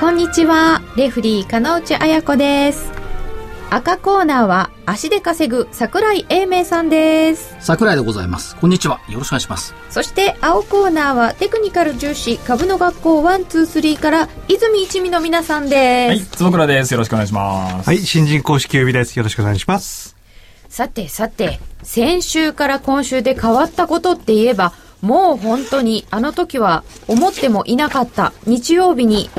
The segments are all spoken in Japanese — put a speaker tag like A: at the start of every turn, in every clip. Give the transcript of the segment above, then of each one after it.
A: こんにちは。レフリー、金内彩子です。赤コーナーは、足で稼ぐ桜井英明さんです。
B: 桜井でございますこんにちはよろしくお願いします
A: そして、青コーナーは、テクニカル重視、株の学校123から、泉一味の皆さん
C: は
A: で
C: い、
A: す。
C: 坪倉です。よろしくお願いします。
D: はい、新人公式指です。よろしくお願いします。
A: さてさて、先週から今週で変わったことって言えば、もう本当に、あの時は思ってもいなかった、日曜日に、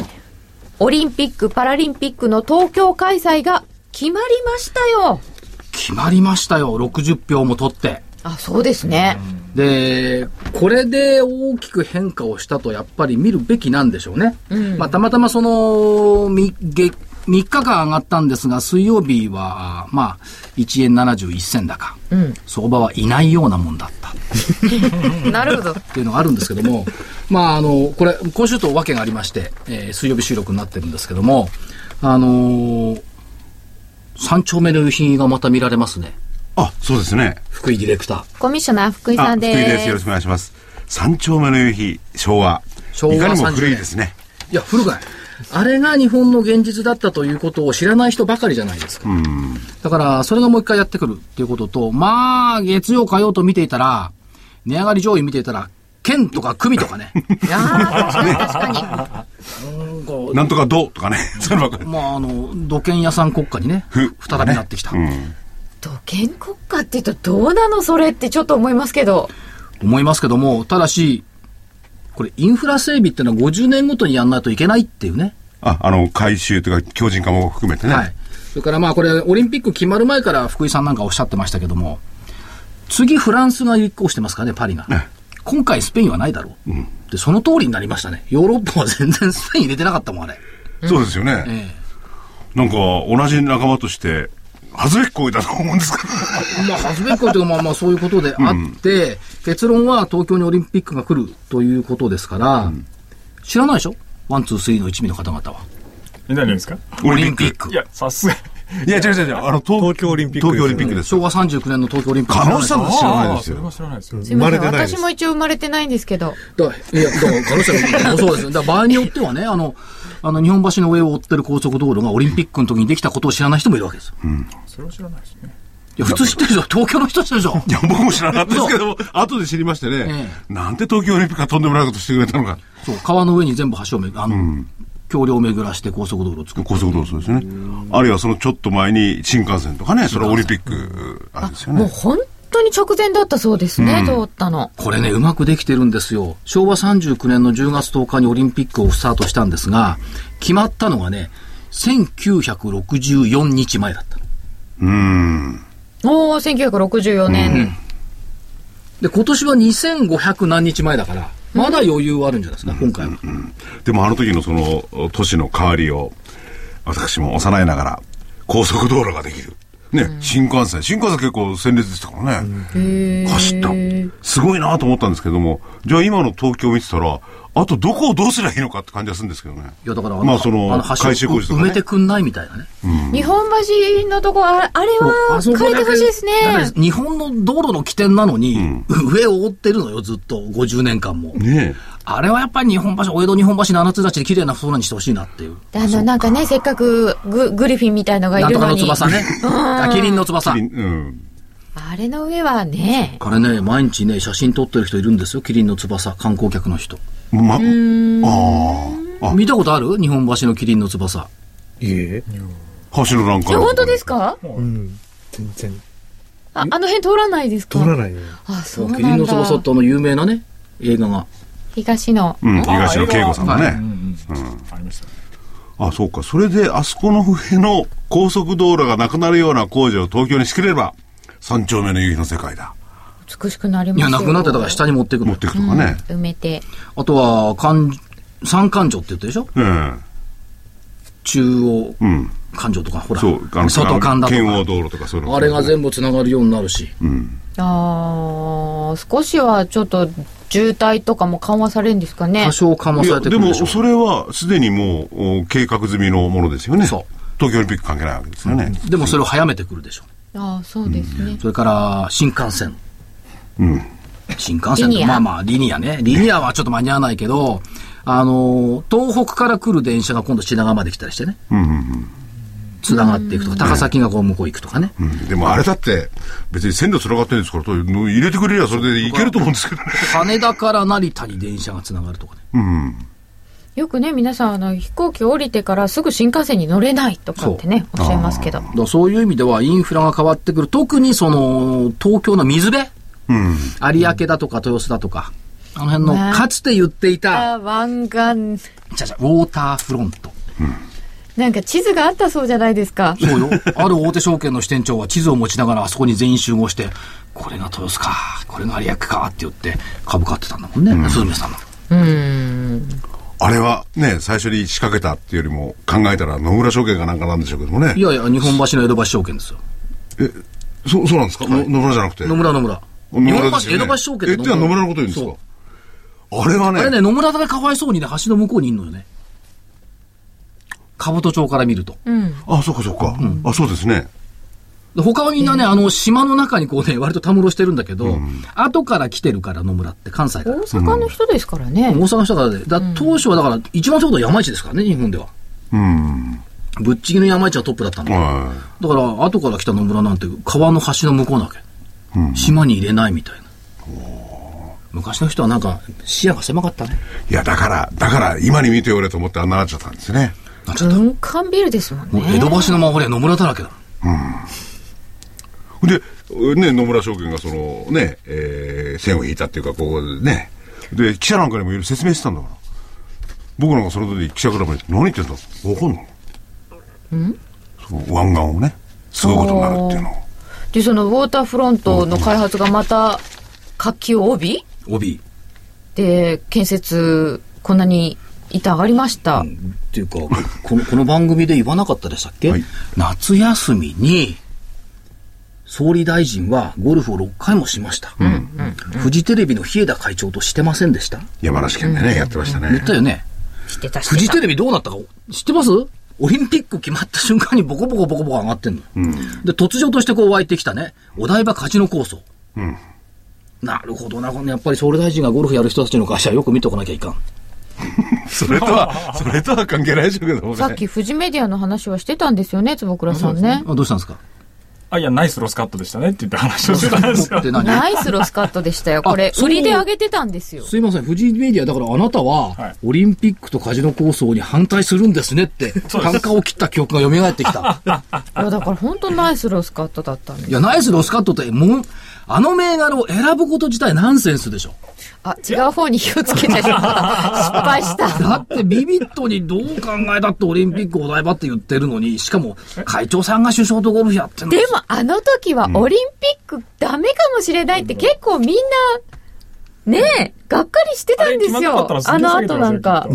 A: オリンピック・パラリンピックの東京開催が決まりましたよ。
B: 決まりましたよ60票も取って
A: あ、そうですね。
B: で、これで大きく変化をしたとやっぱり見るべきなんでしょうね。まあ、たまたまその、み月3日間上がったんですが、水曜日は、まあ、1円71銭高。相場はいないようなもんだった。
A: なるほど。
B: っていうのがあるんですけども、 まあ、あの、これ、今週と訳がありまして、えー水曜日収録になってるんですけども、あのー三丁目の夕日がまた見られますね。
D: あ、そうですね。
B: 福井ディレクター。
A: コミッショナー福井
D: あ、
A: さん
D: 福井
A: です。
D: です。よろしくお願いします。三丁目の夕日、昭和。
B: 昭和
D: いかにも
B: 30
D: 古いですね。
B: いや、古くない。あれが日本の現実だったということを知らない人ばかりじゃないですか。だから、それがもう一回やってくるっていうことと、まあ、月曜火曜と見ていたら、値上がり上位見ていたら、県とか組とかね。
A: ああ、確かに確か
B: なんか
D: なんとかどうとかね。そればっかり。
B: まあ、あの、土建屋さん国家にね、再び
D: ふ
B: なってきた。
D: うん。
A: に。土建国家って言うとどうなのそれってちょっと思いますけど。
B: 思いますけども、ただし、これ、インフラ整備ってのは50年ごとにやんないといけないっていうね。
D: あ、あの、改修というか、強靭化も含めてね。
B: はい。それからまあこれ、オリンピック決まる前から福井さんなんかおっしゃってましたけども、次フランスが立候補してますからね、パリが。今回スペインはないだろう。で、その通りになりましたね。ヨーロッパは全然スペイン入れてなかったもん、あれ。
D: そうですよね。なんか、同じ仲間として、恥ずべき行為だと思うんですけど。
B: まあ、恥ずべきこというか、まあまあそういうことであって、結論は東京にオリンピックが来るということですから、知らないでしょワン、ツー、スリーの一味の方々は。
C: え何ですか
D: オリンピック。
C: いや、さすが。
D: いや、違う違う違う。あの、東京オリンピック。東京オリンピックです。
B: 昭和39年の東京オリンピック。
D: 可能さんだ知らないです
C: それ
D: よ
C: は。知らないですよ。
A: すいません。私も一応生まれてないんですけど。
B: だからいや、だから、ガルシャもそうですよ。だから場合によってはね、あの、あの、日本橋の上を追ってる高速道路がオリンピックの時にできたことを知らない人もいるわけですよ。い
C: それは知らないですね。
B: や、普通知ってるでしょ東京の人知ってるでしょ
D: いや、僕も知らなかったですけども、後で知りましてね、なんで東京オリンピックがとんでもないことしてくれたのか。
B: そう、川の上に全部橋をめぐ、あの、橋梁を巡らして高速道路を作る。
D: 高速道路そうですよね。あるいはそのちょっと前に新幹線とかね、それはオリンピック、あれですよ
A: もう
D: ね。
A: 本当に直前だったそうですね、通ったの。
B: これね、うまくできてるんですよ。昭和39年の10月10日にオリンピックをスタートしたんですが、決まったのがね、1964日前だった。
D: うん。
A: おー、1964年。
B: で、今年は2500何日前だから、まだ余裕はあるんじゃないですか、今回は。
D: でもあの時のその都市の変わりを、私も幼いながら、高速道路ができる。ね、新幹線。新幹線結構戦列でしたからね。走った。すごいなと思ったんですけども、じゃあ今の東京を見てたら、あとどこをどうすりゃいいのかって感じがするんですけどね。
B: いや、だからあの、
D: まあその
B: あの、
D: 改修
B: 橋を
D: 工事とか
B: 埋め
D: ね
B: て。くんないみたいなね。
A: 日本橋のとこ、ああれは
B: そ
A: 変
B: う
A: えてほしいですね。
B: だから日本の道路の起点なのに、上を覆ってるのよ、ずっと、50年間も。
D: ね
B: あれはやっぱり日本橋、お江戸日本橋七つ立ちで綺麗な空にしてほしいなっていう。
A: あの、なんかね、せっかくググリフィンみたいのがい
B: なん
A: る
B: とか
A: の
B: の
A: に。
B: 翼ね。あキリンの翼
D: え。。うん。
A: あれの上はね、
B: あれね、毎日ね、写真撮ってる人いるんですよ、キリンの翼、観光客の人。
D: ま、ああ。あ、
B: 見たことある日本橋のキリンの翼。
D: 橋の欄か
A: い
D: ら。
A: や本当ですか
E: 全然
A: ああの辺通らないですか
E: 通らないね
A: あ、そう
B: キリ
A: な
B: ン
A: ん
B: の翼っ
A: だ。
B: てあの有名なね、映画が。
A: 東の。
D: うん、東野圭吾さんのね。
C: ありました。
D: あ、そうか。それで、あそこの上の高速道路がなくなるような工事を東京に仕切れば、三丁目の夕日の世界だ。
A: 美しくなり
B: い
A: ます
B: や、
A: よ
B: なくなってたから下に持っていく
D: 持
B: の
D: っていくとかね。
A: 埋めて。
B: あとは、環三環状って言ってるでしょ
D: ええ
B: 中央
D: うん。
B: 環状とか、ほら。
D: そう、
B: 外環だと
D: 圏央
B: か。
D: 道路とかそういうの。
B: あれが全部繋がるようになるし。
A: あー少しはちょっと渋滞とかも緩和されるんですかね
B: 多。少緩和
D: い
B: さ
D: や、
B: れて
D: で
B: くる
D: も、
B: でしょ。
D: それはすでにもうお計画済みのものですよね。
B: そう
D: 東京オリンピック関係ないわけですよね。
B: でもそれを早めてくるでしょ。
A: あーそうですね。
B: それから、新幹線。
D: うん。
B: 新幹線
A: リ
B: と
A: ニア
B: まあまあ、リニアね。リニアはちょっと間に合わないけど、あの、東北から来る電車が今度品川まで来たりしてね。
D: うんうん
B: つながっていくとか、高崎がこう向こう行くとかね。
D: うん。うんでもあれだって、別に線路繋がってるんですから、と入れてくれりゃそれでいけると思うんですけどね。
B: 羽田から成田に電車がつながるとかね。
D: うん。
A: よくね、皆さん、あの、飛行機降りてからすぐ新幹線に乗れないとかってね、おっしゃいますけど。
B: だからそういう意味ではインフラが変わってくる。特にその、東京の水辺
D: うん。
B: 有明だとか豊洲だとか、あの辺の
A: ね
B: かつて言っていた、
A: あ湾岸、
B: じゃじゃ、ウォーターフロント。
A: なんか地図があったそうじゃないですか。
B: そうよ。ある大手証券の支店長は地図を持ちながらあそこに全員集合して、これが豊洲か、これが有明かって言って株買ってたんだもんね。鈴宮さんの。
D: あれはね、最初に仕掛けたっていうよりも考えたら野村証券かなんかなんでしょうけどもね
B: い。やいや、日本橋の江戸橋証券ですよ。
D: え、そう、そうなんですか、の野村じゃなくて。
B: 野村野村。
D: 野
B: 日
D: 村
B: 本
D: で
B: 橋、
D: すよ
B: 江
D: ね
B: 戸橋証券
D: え、ってのは野村のこと言うんですか
B: そ
D: あれは
B: うあれ
D: ね、
B: ね、野村だけかわいそうにね、橋の向こうにいんのよね。兜町から見ると。
D: あ、そっかそっか。あ、そうですね。
B: で他はみんなね、あの、島の中にこうね、割とたむろしてるんだけど、後から来てるから、野村って、関西か
A: 大
B: ら。
A: 阪の人ですから
B: 大
A: ね。
B: 阪の人からで、だ当初はだから、一番ちょうど山市ですからね、日本では。
D: うん。
B: ぶっちぎりの山市はトップだったの。だか
D: は
B: ら、後から来た野村なんて、川の橋の向こうなわけ。
D: い。うん。
B: 島に入れないみたいな。昔の人はなんか、視野が狭かったね。
D: いや、だから、だから、今に見ておれと思ってあんななっちゃったんですね。
B: なっちゃった。
A: 軍艦ビルですもん
B: もう江
A: ね。
B: 戸橋の周りは野村だらけだ。
D: で、ね、野村証券がその、ね、えー、線を引いたっていうか、ここでね。で、記者なんかにもいろいろ説明してたんだから。僕なんかその時記者クラブに、何言ってんだわかんない。うんその湾岸をね、すごいことになるっていうのを。
A: で、そのウォーターフロントの開発がまた活気を帯び
B: 帯。
A: で、建設、こんなに板上がりました。
B: っていうか、この、こ の番組で言わなかったでしたっけ、
D: はい
B: 夏休みに、総理大臣はゴルフを6回もしました。フジテレビの日枝会長としてませんでした
D: 山梨県でね、やってました
B: 言
D: ね
B: っ。たよね。
A: してた
B: フジ
A: して
B: テレビどうなったか知ってますオリンピック決まった瞬間にボコボコボコボコ上がってんの。で、突如としてこう湧いてきたね、お台場カジノ構想。
D: うん。
B: なるほどな、このやっぱり総理大臣がゴルフやる人たちの会社はよく見ておかなきゃいかん。
D: それとは、それとは関係ないでしょうけども
A: た。さっきフジメディアの話はしてたんですよね、坪倉さんね。
B: あどうしたんですか
C: あ、いや、ナイスロスカットでしたねって言って話をしてたんです
B: 持
C: よ
B: っ。て何
A: ナイスロスカットでしたよ。これ
B: あ、そう
A: 売りで上げてたんですよ。
B: すいません、フジメディア、だからあなたは、
C: はい
B: オリンピックとカジノ構想に反対するんですねって、
C: そうです
B: 単価を切った記憶が蘇ってきた。
A: いや、だから本当ナイスロスカットだったんです
B: いや、ナイスロスカットって、もう、あの銘柄を選ぶこと自体ナンセンスでしょ。
A: あ、違う方に火をつけちゃった。失敗した。
B: だって、ビビットにどう考えたってオリンピックお台場って言ってるのに、しかも、会長さんが首相とゴルフやってんの。
A: でもあの時はオリンピックダメかもしれないって結構みんな、ねえ、がっかりしてたんですよ。あの後なんか。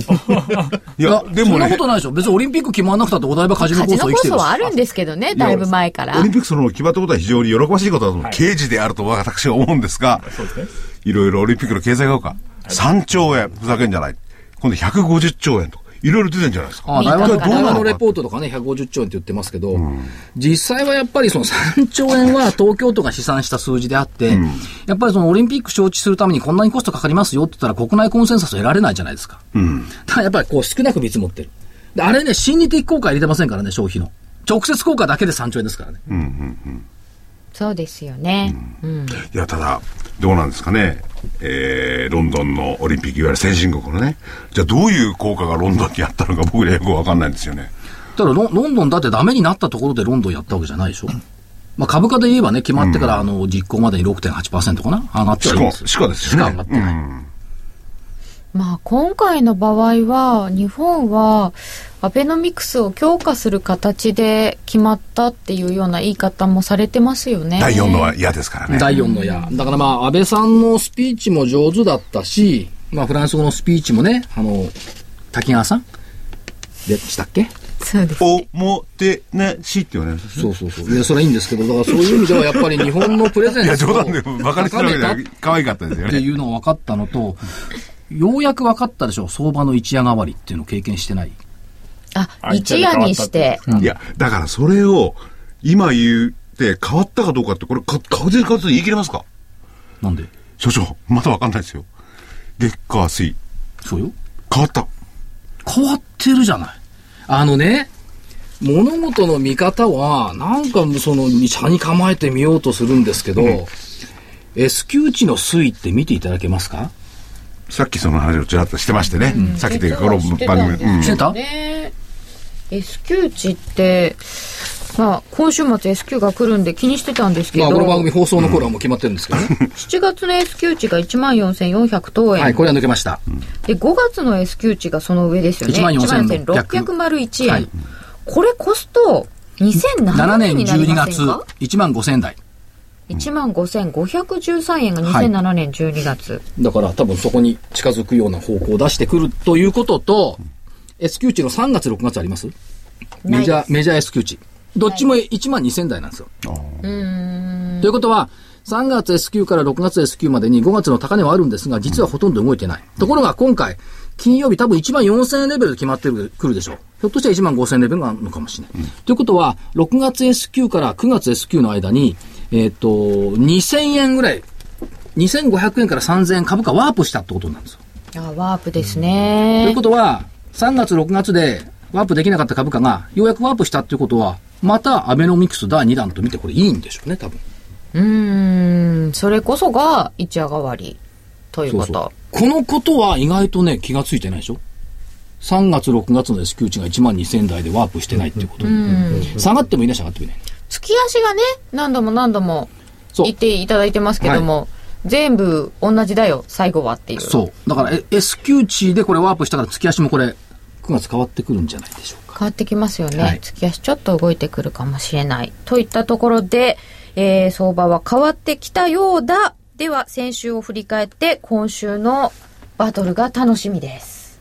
D: い
B: いや
D: や、、でも
B: そんな
D: ね
B: こ、とないでしょ。別にオリンピック決まんなくたってお台場カジノ
A: カ
B: 構
A: ジノ
B: 想生
A: 構
B: きて
A: 想
B: るし
A: はあるんですけどね、だいぶ前から
D: オ。リンピックその決まったことは非常に喜ばしいことだと思う。刑事であると私は思うんですが、
C: そうですね。
D: いろいろオリンピックの経済効果、3兆円、ふざけんじゃない。今度150兆円とか、いろいろ出てんじゃないですか。
B: ああ、台湾の
D: 一体どうな
B: 台
D: の
B: 湾
D: か
B: のレポートとかね、150兆円って言ってますけど、実際はやっぱりその3兆円は東京都が試算した数字であって、やっぱりそのオリンピック招致するためにこんなにコストかかりますよって言ったら国内コンセンサス得られないじゃないですか。だからやっぱりこう少なく見積もってる。であれね、心理的効果入れてませんからね、消費の。直接効果だけで3兆円ですからね。
A: そうですよね。うん。
D: いや、ただ、どうなんですかね。えー、ロンドンのオリンピック、いわゆる先進国のね。じゃあどういう効果がロンドンにあったのか僕にはよくわかんないんですよね。
B: ただロ、ロンドンだってダメになったところでロンドンやったわけじゃないでし ょ。まあ、株価で言えばね、決まってから、あの、実行までに6.8%かな上がっては
D: し
B: い
D: か
B: ま
D: も、
B: す。
D: しかですよ
B: しか上が
D: ね
B: っ。てない。
A: まあ今回の場合は、日本はアベノミクスを強化する形で決まったっていうような言い方もされてますよね。
D: 第4のは嫌ですからね。
B: 第4の矢。だからまあ、安倍さんのスピーチも上手だったし、まあ、フランス語のスピーチもね、あの、滝川さんでしたっけ
A: そうです。
D: おもてなしって言われるんですね
B: そうそうそう。いや、それはいいんですけど、だからそういう意味ではやっぱり日本のプレゼンスを
D: いや、冗談で、馬鹿にしてるわけじゃない。可愛かったですよ
B: って
D: ね。
B: いうのが分かったのと、ようやく分かったでしょう、相場の一夜変わりっていうのを経験してない。
A: あ、一夜にして、
D: いや、だからそれを、今言って変わったかどうかって、これ、か確実に確実に言い切れますか
B: なんで
D: 所長、まだわかんないですよ。月下水、
B: そうよ。
D: 変わった。
B: 変わってるじゃない。あのね、物事の見方は、なんかその、車に構えてみようとするんですけど、S q 値の推移って見ていただけますか、
D: さっきその話をちらっとしてましてね。さっきで、この
A: 実は
D: 番
A: 知って
D: 組。
A: た
D: うん
B: してた、
A: ね S q 値って、まあ、今週末 S q が来るんで気にしてたんですけ
B: まあ、
A: ど、
B: この番組放送の頃はもう決まってるんですけどね。
A: 7月の S q 値が14,400等円、
B: はい、これは抜けました。
A: で5月の S q 値がその上ですよね
B: 14,600
A: 14,601円、
B: はい
A: これコスト
B: 7
A: 2007
B: 年
A: 年になり
B: 12
A: ません
B: 月
A: か、
B: 1万5000台。
A: 1万5513円が2007年12月、
B: だから多分そこに近づくような方向を出してくるということと、S q 値の3月、6月あります
A: ない
B: メジャー
A: で、
B: メジャー S q 値。どっちも1万2000台なんですよ。ということは、3月 S q から6月 S q までに5月の高値はあるんですが、実はほとんど動いてない。ところが今回、金曜日多分1万4000円レベルで決まってくるでしょう。ひょっとしたら1万5000円レベルがあるのかもしれない。ということは、6月 S q から9月 S q の間に、えっ、と、2000円ぐらい、2500円から3000円株価ワープしたってことなんですよ。
A: あワープです
B: とい
A: ね
B: うことは、3月、6月でワープできなかった株価が、ようやくワープしたっていうことは、またアベノミクス第2弾と見て、これいいんでしょうね、多分。
A: うーんそれこそが一夜変わりということ
B: このことは意外とね、気がついてないでしょ ?3 月、6月の S q 値が1万2000台でワープしてないっていうこと。下がってもいない、下がってもいない。
A: 月足がね何度も何度も
B: そう
A: 言っていただいてますけども、全部同じだよ最後はっていう
B: そう。だからえ S q 値でこれワープしたから、月足もこれ、9月変わってくるんじゃないでしょうか。
A: 変わってきますよね、
B: はい
A: 月足ちょっと動いてくるかもしれないといったところで、えー相場は変わってきたようだでは先週を振り返って今週のバトルが楽しみです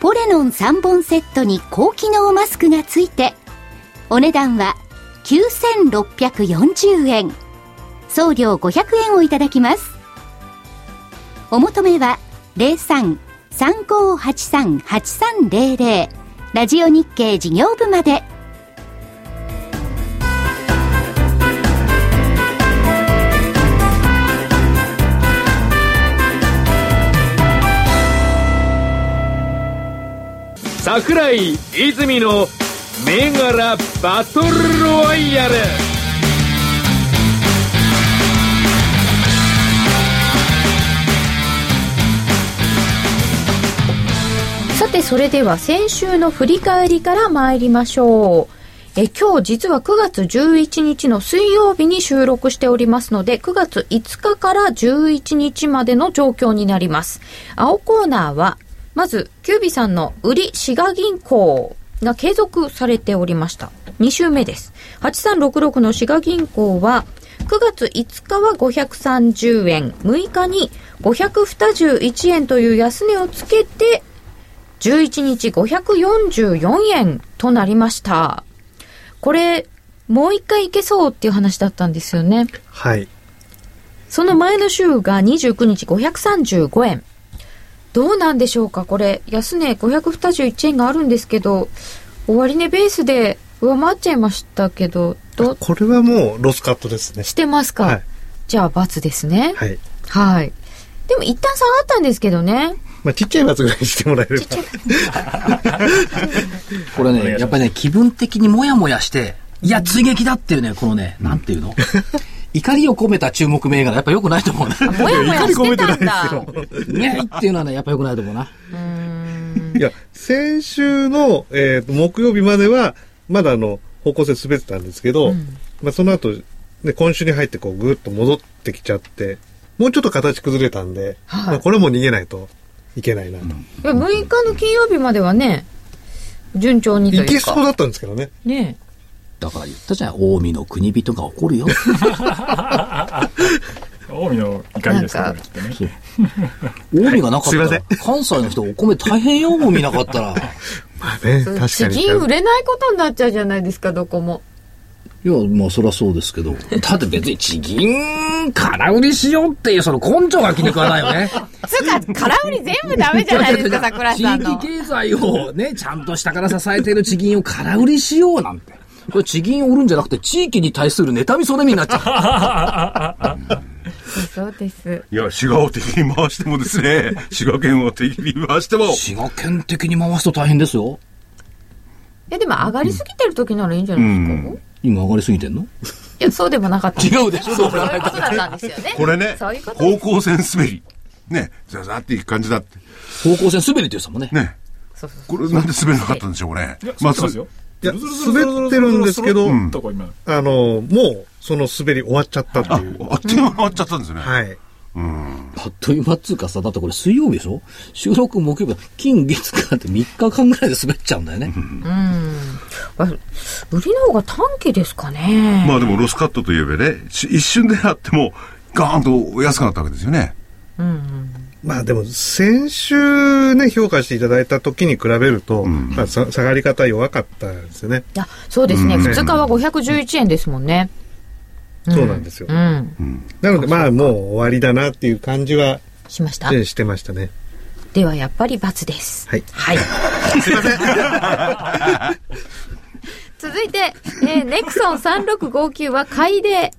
F: ポレノン3本セットに高機能マスクがついて、お値段は9640円。送料500円をいただきます。お求めは03-3583-8300ラジオ日経事業部まで。
G: 桜井泉の銘柄バトルロワイヤル
A: さてそれでは先週の振り返りから参りましょう。え今日実は9月11日の水曜日に収録しておりますので9月5日から11日までの状況になります。青コーナーはまずキュービさんの売り滋賀銀行が継続されておりました。2週目です。8366の滋賀銀行は9月5日は530円、6日に521円という安値をつけて11日544円となりました。これ、もう一回行けそうっていう話だったんですよね。
E: はい。
A: その前の週が29日535円。どうなんでしょうかこれ、安値521円があるんですけど、終値ベースで上回っちゃいましたけど、どう
E: これはもうロスカットですね。
A: してますか、
E: はい
A: じゃあ、×ですね。
E: はい。
A: はい。でも一旦下がったんですけどね。
E: まあ、ちっちゃい罰ぐらいにしてもらえれ ば。
B: これ
C: お願いし
B: ね、
C: ます
B: やっぱりね、気分的にもやもやして、いや、追撃だっていうね、このね、なんていう の怒りを込めた注目銘柄、やっぱ良くないと 思うな。
A: もやもやしてたんだ。
B: イエイっていうのはね、やっぱ良くないと思うな。
E: いや、先週の、えーと木曜日までは、まだあの、方向性滑ってたんですけど、まあ、その後、ね、今週に入ってこう、ぐーっと戻ってきちゃって、もうちょっと形崩れたんで、
A: はい
E: まあ、これはもう逃げないといけないなと。
A: いや6日の金曜日まではね、順調にという
E: い
A: か。
E: けそうだったんですけどね。
A: ね
B: だから言ったじゃん、近江の国人が怒る よ。
C: 近江の怒りですか
A: な
C: ら
A: んか
C: ねきっとね。
B: 近江がなかったら、
E: すいま
B: 関西の人お米大変よ、近江なかったら。
E: まあね、確かに。
A: 資金売れないことになっちゃうじゃないですか、どこも。
B: いや、まあそりゃそうですけど。だって別に地銀、空売りしようっていうその根性が気に食わないよね。
A: つうか、空売り全部ダメじゃないで すか、 桜井さんの。
B: 地域経済をね、ちゃんと下から支えている地銀を空売りしようなんて。これ地銀を売るんじゃなくて地域に対する妬みそれみになっち ゃう。
A: そうです。
D: いや、滋賀を敵に回してもで すね、滋賀県を敵に回しても、
B: 滋賀県的に回すと大変ですよ。
A: いや、でも上がりすぎてる時ならいいんじゃないですか、い
B: 今上がりすぎてんの
A: や、そうでもなかった。
B: 違うでしょ
A: そういうことだったんですよね。
D: これね
A: そういうこ、と
D: 方向線滑り。ね、ザザっていく感じだって。
B: 方向線滑りって言ってたもんね。
D: ね、
A: そうそうそう
D: これなんで滑らなかったんでしょうね。
C: いや、
D: ま
C: ま
D: あ
C: あ、そうですよ。
E: いや滑ってるんですけど
C: うんとこ今。
E: あの、もう、その滑り終わっちゃったっていう。
D: あっという間に終わっちゃったんですね。
E: はい。
B: あっという間っつうかさ、だってこれ水曜日でしょ収録木曜日、金月間って3日間ぐらいで滑っちゃうんだよね。
A: あ売りの方が短期ですかね。
D: まあでもロスカットといえばね、し一瞬であっても、ガーンと安くなったわけですよね。
E: まあでも、先週ね、評価していただいた時に比べると、まあ、さ下がり方弱かったんですよね。
A: いや、そうですね。2日は511円ですもんね。
E: そうなんですよ
A: う。ん。
E: なので、まあもう終わりだなっていう感じは、
A: しました。
E: えーしてましたね。
A: では、やっぱり×です。
E: はい
A: はい。 続いて、えーネクソン3659は買いで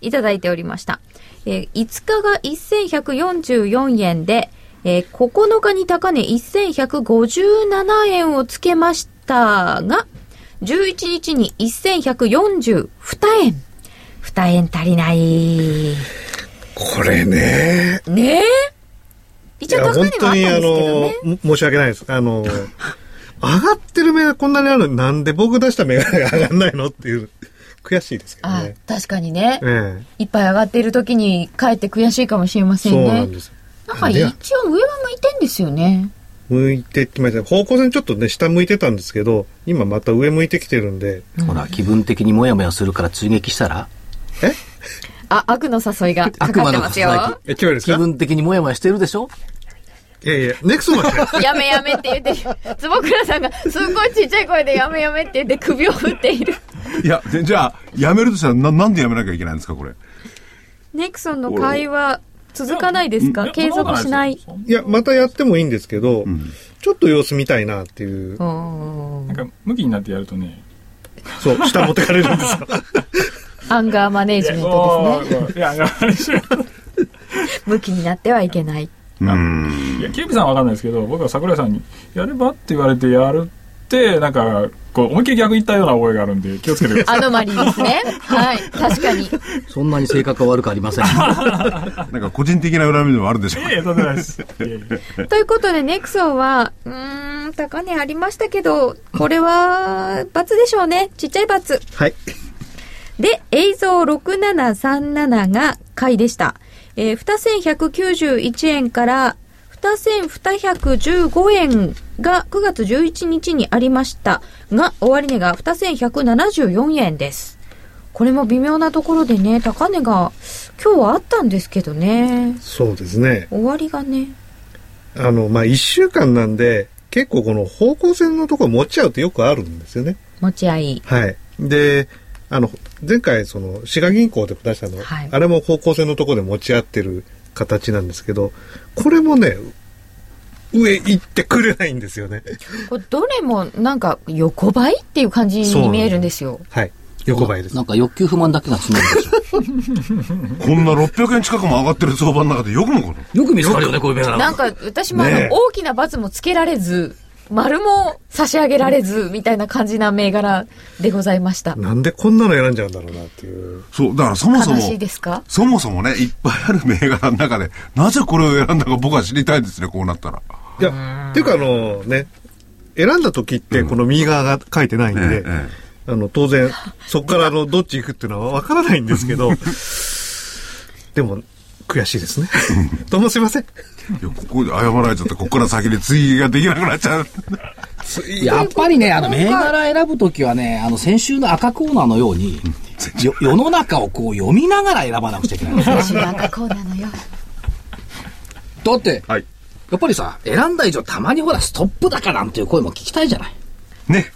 A: いただいておりました。えー5日が1144円で、えー9日に高値1157円をつけましたが、11日に1142円。2円足りない。
E: これね。
A: ねえ
E: い
A: 一応
E: や、
A: 高値もあ
E: 本
A: った
E: 当
A: ん
E: に
A: で
E: あ
A: すけど
E: の
A: ね。、
E: も申し訳ないです。あの、上がってる目がこんなにあるのになんで僕出した目が上がんないのっていう、悔しいですけど
A: あ
E: ね。
A: 確かにね
E: え。え
A: いっぱい上がっている時にかえって悔しいかもしれません
E: そう
A: ね。
E: なんです。
A: なんか一応上は向いてんですよね。
E: 向いてきました。方向線ちょっとね、下向いてたんですけど、今また上向いてきてるんで、
B: ほら、気分的にもやもやするから追撃したら
E: え
A: あ、悪の誘いがかかってますよ。
B: 悪魔の
E: え、違うです
B: 気
E: か
B: 分的にもやもやしてるでしょ
E: いやいや、ネクソ ンは違う
A: やめやめって言って、坪倉さんがすっごいちっちゃい声でやめやめって言って首を振っている。
D: いや、でじゃあ、やめるとしたらな、なんでやめなきゃいけないんですか、これ。
A: ネクソンの会話続かないですか継続しない。
C: そん
E: いや、またやってもいいんですけど、ちょっと様子見たいなっていう
A: う、ん
C: なんか、向きになってやるとね。
E: そう、下持ってかれるん ですよ。
A: アンガーマネージメント
C: お
A: ですね。
C: ーいや、いや、あれしよ
A: 向きになってはいけ ない。
D: うん。
C: ういや、警備さんはわかんないですけど、僕は桜井さんに、やればって言われてやるって、なんか、こう、思いっきり逆言ったような覚えがあるんで、気をつけてくださ
A: ア
C: い。
A: ノマリーですね。はい。確かに。
B: そんなに性格は悪くありません。
D: なんか個人的な恨みでもあるんでしょう。
C: いやいや、とんでもないです。いやいや
A: ということで、ネクソンは、うーん、高値ありましたけど、これは、罰でしょうね。ちっちゃい罰。
E: はい。
A: で、映像6737が買いでした。えー、2191円から2215円が9月11日にありましたが、終値が2174円です。これも微妙なところでね、高値が今日はあったんですけどね。
E: そうですね。
A: 終わりがね。
E: あの、まあ、一週間なんで、結構この方向線のところ持っちゃうってよくあるんですよね。
A: 持ち合い。
E: はい。で、あの、前回、その、滋賀銀行で出したの、
A: はい
E: あれも方向性のところで持ち合ってる形なんですけど、これもね、上行ってくれないんですよね。
A: これどれもなんか横ばいっていう感じに見えるんですよ。
E: はい。横ばいです
B: な。んか欲求不満だけが募るでし
D: こんな600円近くも上がってる相場の中でよくもこの。
B: ょ。よく見つかるよね、こういう銘柄。
A: なんか私もあ
E: ねえ
A: の大きな罰もつけられず、丸も差し上げられず、みたいな感じな銘柄でございました。
E: なんでこんなの選んじゃうんだろうなっていう。
D: そう、だからそもそ
A: 悲
D: も
A: しい、ですか
D: そもそもね、いっぱいある銘柄の中で、なぜこれを選んだか僕は知りたいですね、こうなったら。
E: いや、っていうかあのね、選んだ時ってこの右側が書いてないんで、
D: ええ
E: あの、当然、そこからあの、どっち行くっていうのはわからないんですけ ど、でも、悔しいですね。 どうもすいません。
D: いや、ここで謝られちゃって、ここから先に追撃ができなくなっちゃう。
B: やっぱりね、あの、銘柄選ぶときはね、あの、先週の赤コーナーのように、よ世の中をこう読みながら選ばなくちゃいけないんですよ。
A: 私の赤コーナーのよ。
B: だって、
D: はい。
B: やっぱりさ、選んだ以上たまにほら、ストップだからなんていう声も聞きたいじゃない。
D: ね。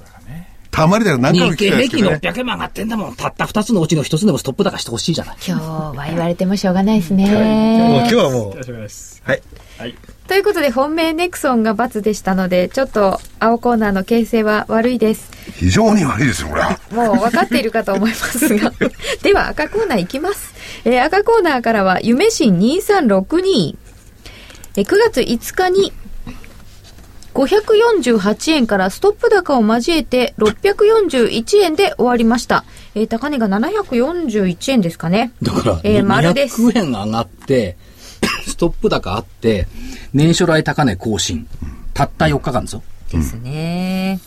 D: たまにだよ、何回も
B: 日
D: 聞
B: 経
D: きたいで
B: 平
D: すけ
B: 均
D: どね。
B: 600円も上がってんだもん。たった2つのうちの1つでもストップだからしてほしいじゃない。
A: 今日は言われてもしょうがないです
E: もう今
A: ね。
E: 日はもう
C: 大、丈夫です。
E: はい。
C: はい。
A: ということで本命ネクソンが×でしたので、ちょっと青コーナーの形勢は悪いです。
D: 非常に悪いですよ、これは。
A: もう分かっているかと思いますが。 では赤コーナーいきます。えー赤コーナーからは、夢神2362。えー9月5日に、548円からストップ高を交えて641円で終わりました。えー高値が741円ですかね。
B: だから、
A: えー丸です
B: 200円上がって、ストップ高あって、年初来高値更新。たった4日間ですよ。
A: ですね。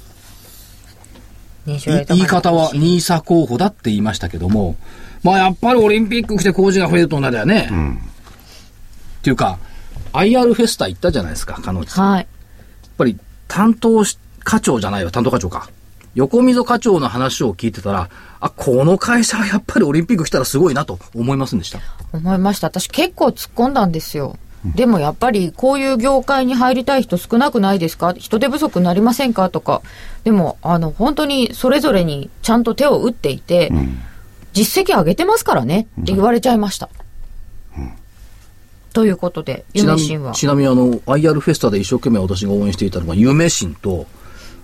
A: ね
B: い言い方は、ニーサ候補だって言いましたけども、まあやっぱりオリンピック来て工事が増えるとなだよね。っていうか、IR フェスタ行ったじゃないですか、彼女さん。や
A: はい。
B: っぱり担当し課長じゃないよ、担当課長か。横溝課長の話を聞いてたら、あ、この会社はやっぱりオリンピック来たらすごいなと思いませんでした。
A: 思いました私結構突っ込んだんですよでもやっぱりこういう業界に入りたい人少なくないですか人手不足になりませんかとかでもあの本当にそれぞれにちゃんと手を打っていて、実績上げてますからねって言われちゃいました、ということで
B: ちな
A: 夢
B: み
A: 心
B: に
A: は、
B: ちなみにあの、IR フェスタで一生懸命私が応援していたのが、夢新と、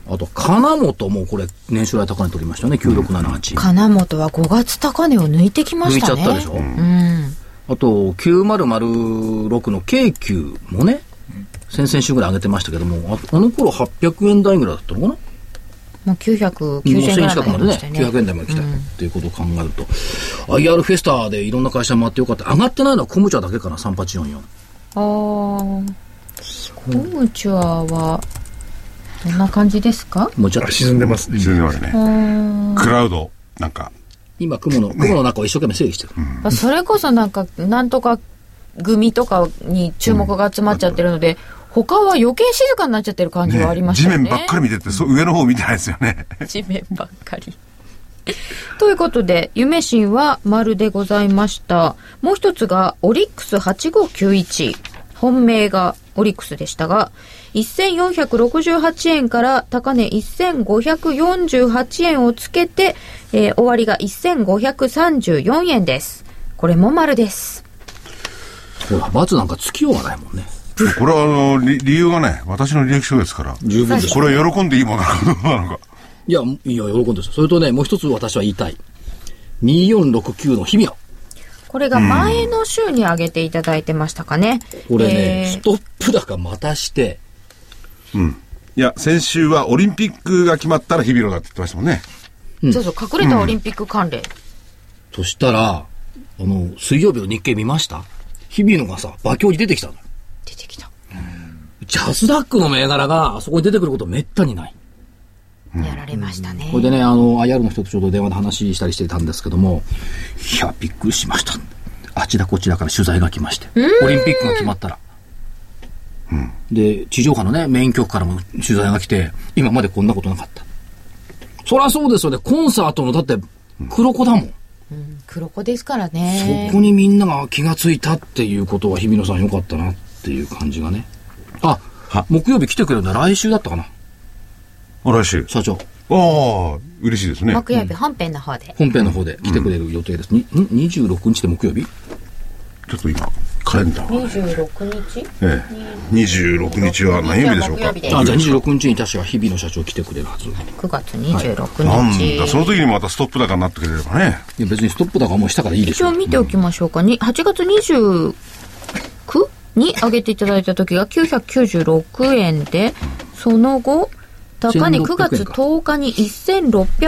B: あと、金本もこれ、年収来高値取りましたよね、9678。
A: 金本は5月高値を抜いてきま
B: 抜
A: し
B: いちゃ
A: た
B: っ
A: ね
B: たでしょ、
A: うん
B: あと、9006の京急もね、先々週ぐらい上げてましたけども、ああの頃800円台ぐらいだったのかな
A: もう990
B: ?5000
A: 円ぐ
B: 円
A: らい
B: 近く
A: まで
B: まで
A: ありま
B: ね
A: した、よ
B: 900円台まで来たっていうことを考えると、IR フェスタでいろんな会社回ってよかった。上がってないのはコムチャだけかな、3844。
A: ああ、コムチュアは、どんな感じですか
B: もうちょっ
E: あ
B: と
E: 沈んでます。
D: 沈んでますね。クラウド、なんか。
B: 今、雲の、雲の中を一生懸命整理してる。
A: それこそなんか、なんとか組とかに注目が集まっちゃってるので、他は余計静かになっちゃってる感じはありまし
D: 地
A: たよ
D: 面
A: ね。
D: ばっかり見てて、そう上の方見てないですよね。
A: り。地面ばっかり。ということで、夢神は丸でございました。もう一つが、オリックス8591。本命がオリックスでしたが、1468円から高値1548円をつけて、えー終わりが1534円です。これも丸です。
B: ほら、罰なんかつきようがないもんね。
D: これは、あの、理理由がね、私の履歴書ですから。
B: 十分で
D: これは喜んでいいものなのかどうなのか。
B: いや、いいよ、喜んでるそれとね、もう一つ私は言いたい。2469の日々
A: これが前の週に上げていただいてましたかね。
B: 野。これね、
A: えー
B: ストップ高またして、
D: いや、先週はオリンピックが決まったら日比野だって言ってましたもんね。
B: うん
A: そうそう、隠れたオリンピック関連。
B: そしたら、あの、水曜日の日経見ました日々野がさ、馬強に出てきたの。
A: 出てきた。
B: ジャスダックの銘柄があそこに出てくることめったにない。
A: やられましたね
B: こ。れでね、あの、IR の人とちょうど電話で話したりしてたんですけども、いや、びっくりしました。あちらこちらから取材が来まして、オリンピックが決まったら。で、地上波のね、メイン局からも取材が来て、今までこんなことなかった。そりゃそうですよね、コンサートの、だって、黒子だもん。
A: 黒子ですからね。
B: そこにみんなが気がついたっていうことは、日比野さんよかったなっていう感じがね。あ、木曜日来てくれるんだ、来週だったかな、
D: 来週。
B: 社長。
D: ああ、嬉しいですね。
A: 木曜日本編の方で。
B: 本編の方で来てくれる予定です。にに26日で木曜日
D: ちょっと今、カレンダーが。
A: 26日
D: ええ、26日は何曜日でしょうか。
A: 木曜日です
B: あ、じゃあ26日に確か日々の社長来てくれるはず。い
A: ?9 月26日。
D: なんだ、その時にまたストップ高になってくれればね。
B: や別にストップだからもうしたからいいでし
A: 一
B: ょ
A: 応。見ておきましょうか。に8月 29? に上げていただいた時が996円で、その後、高値
B: 1600
A: 9月
B: 円か
A: 10日に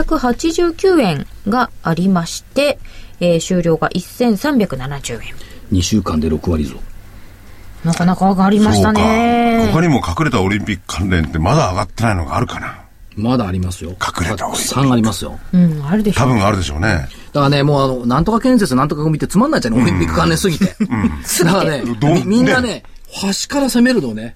A: 1689円がありまして、えー終了が1370円。
B: 2週間で6割増。
A: なかなか上がりまし
D: そ
A: た
D: うか。
A: ね。
D: 他にも隠れたオリンピック関連ってまだ上がってないのがあるかな。
B: まだありますよ。
D: 隠れた
B: たくさんありますよ。
A: うん、あるでしょ
D: 多分あるでしょうね。
B: だからね、もうあの、なんとか建設、なんとか組ってつまんないじゃん、オリンピック関連すぎて。だからね
D: どう、
B: みみんなね、端から攻めるのね。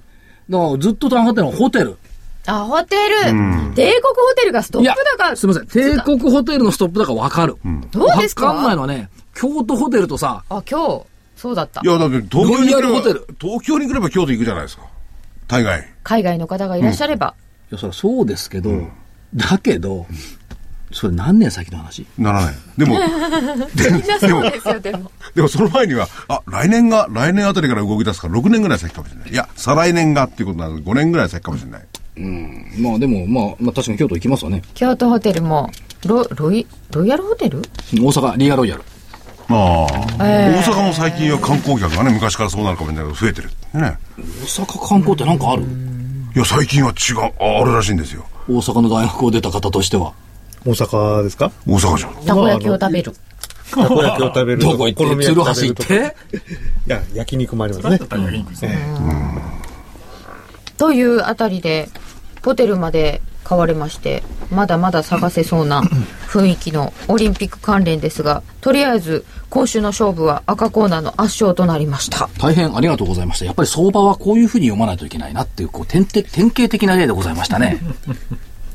B: だからずっと上がってるのはホテル。
A: あ、ホテル、帝国ホテルがストップ高。
B: すみません。帝国ホテルのストップだからわかる。
A: どうですか
B: わかんないのはね、京都ホテルとさ、
A: あ、今日、そうだった
D: い。や、だって東京に来
B: ロイヤ
D: れ
B: ルホ
D: ば
B: テル、
D: 東京に来れば京都行くじゃないですか。大概。
A: 海外の方がいらっしゃれば。
B: いや、そりゃそうですけど、だけど、それ何年先の話
D: ならない。で も、
A: みんなそうですよ、でも。
D: でもその前には、あ、来年が、来年あたりから動き出すから6年ぐらい先かもしれない。いや、再来年がっていうことなので5年ぐらい先かもしれない。
B: まあでも、まあ、まあ確かに京都行きますわね。
A: 京都ホテルも、ロ、ロイ、ロイヤルホテル
B: 大阪、リアロイヤル。
D: ああ、大阪も最近は観光客がね、昔からそうなるかもしれないけど、増えてる。ね。
B: 大阪観光ってなんかある
D: いや、最近は違う、ああるらしいんですよ。
B: 大阪の大学を出た方としては。
E: 大阪ですか
D: 大阪城。
A: たこ焼きを食べる。
E: たこ焼きを食べると
B: ど
E: か
B: こ行って
E: お好み
B: 鶴
E: 焼
B: 橋
E: き食べ
B: 行
E: る
B: って
E: とかいや、焼肉もありますね。
A: というあたりで、ホテルまで買われまして、まだまだ探せそうな雰囲気のオリンピック関連ですが、とりあえず、今週の勝負は赤コーナーの圧勝となりました。
B: 大変ありがとうございました。やっぱり相場はこういうふうに読まないといけないなっていう、こう、典型典型的な例でございましたね。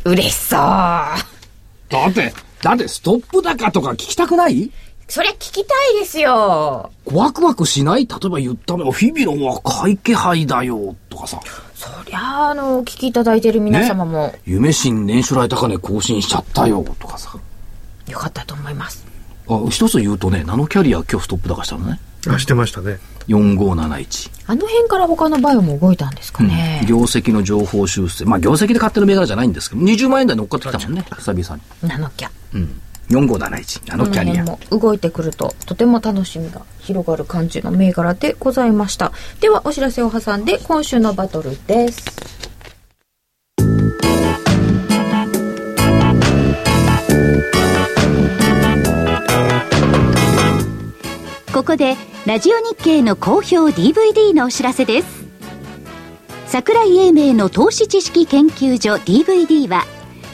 A: 嬉しそう。
B: だって、だってストップ高とか聞きたくない
A: そりゃ聞きたいですよ。
B: ワクワクしない例えば言ったのが、日々の若い気配だよ、とかさ。
A: そりゃあ、あの、お聞きいただいてる皆様も、
B: 夢新年初来高値更新しちゃったよ、とかさ。
A: よかったと思います。
B: あ、一つ言うとね、ナノキャリア今日ストップ高したのね。
E: あ、してましたね。
B: 4571。
A: あの辺から他のバイオも動いたんですかね。
B: 業績の情報修正。まあ、業績で買ってる銘柄じゃないんですけど、20万円台乗っかってきたもんね、久々に。
A: ナノキャ。
B: うん。4571。ナノ
A: こ
B: キ
A: の
B: ャリ
A: 辺
B: ア。
A: も動いてくるととても楽しみが広がる感じの銘柄でございましたではお知らせを挟んで今週のバトルです
F: ここでラジオ日経の好評 DVD のお知らせです桜井英明の投資知識研究所 DVD は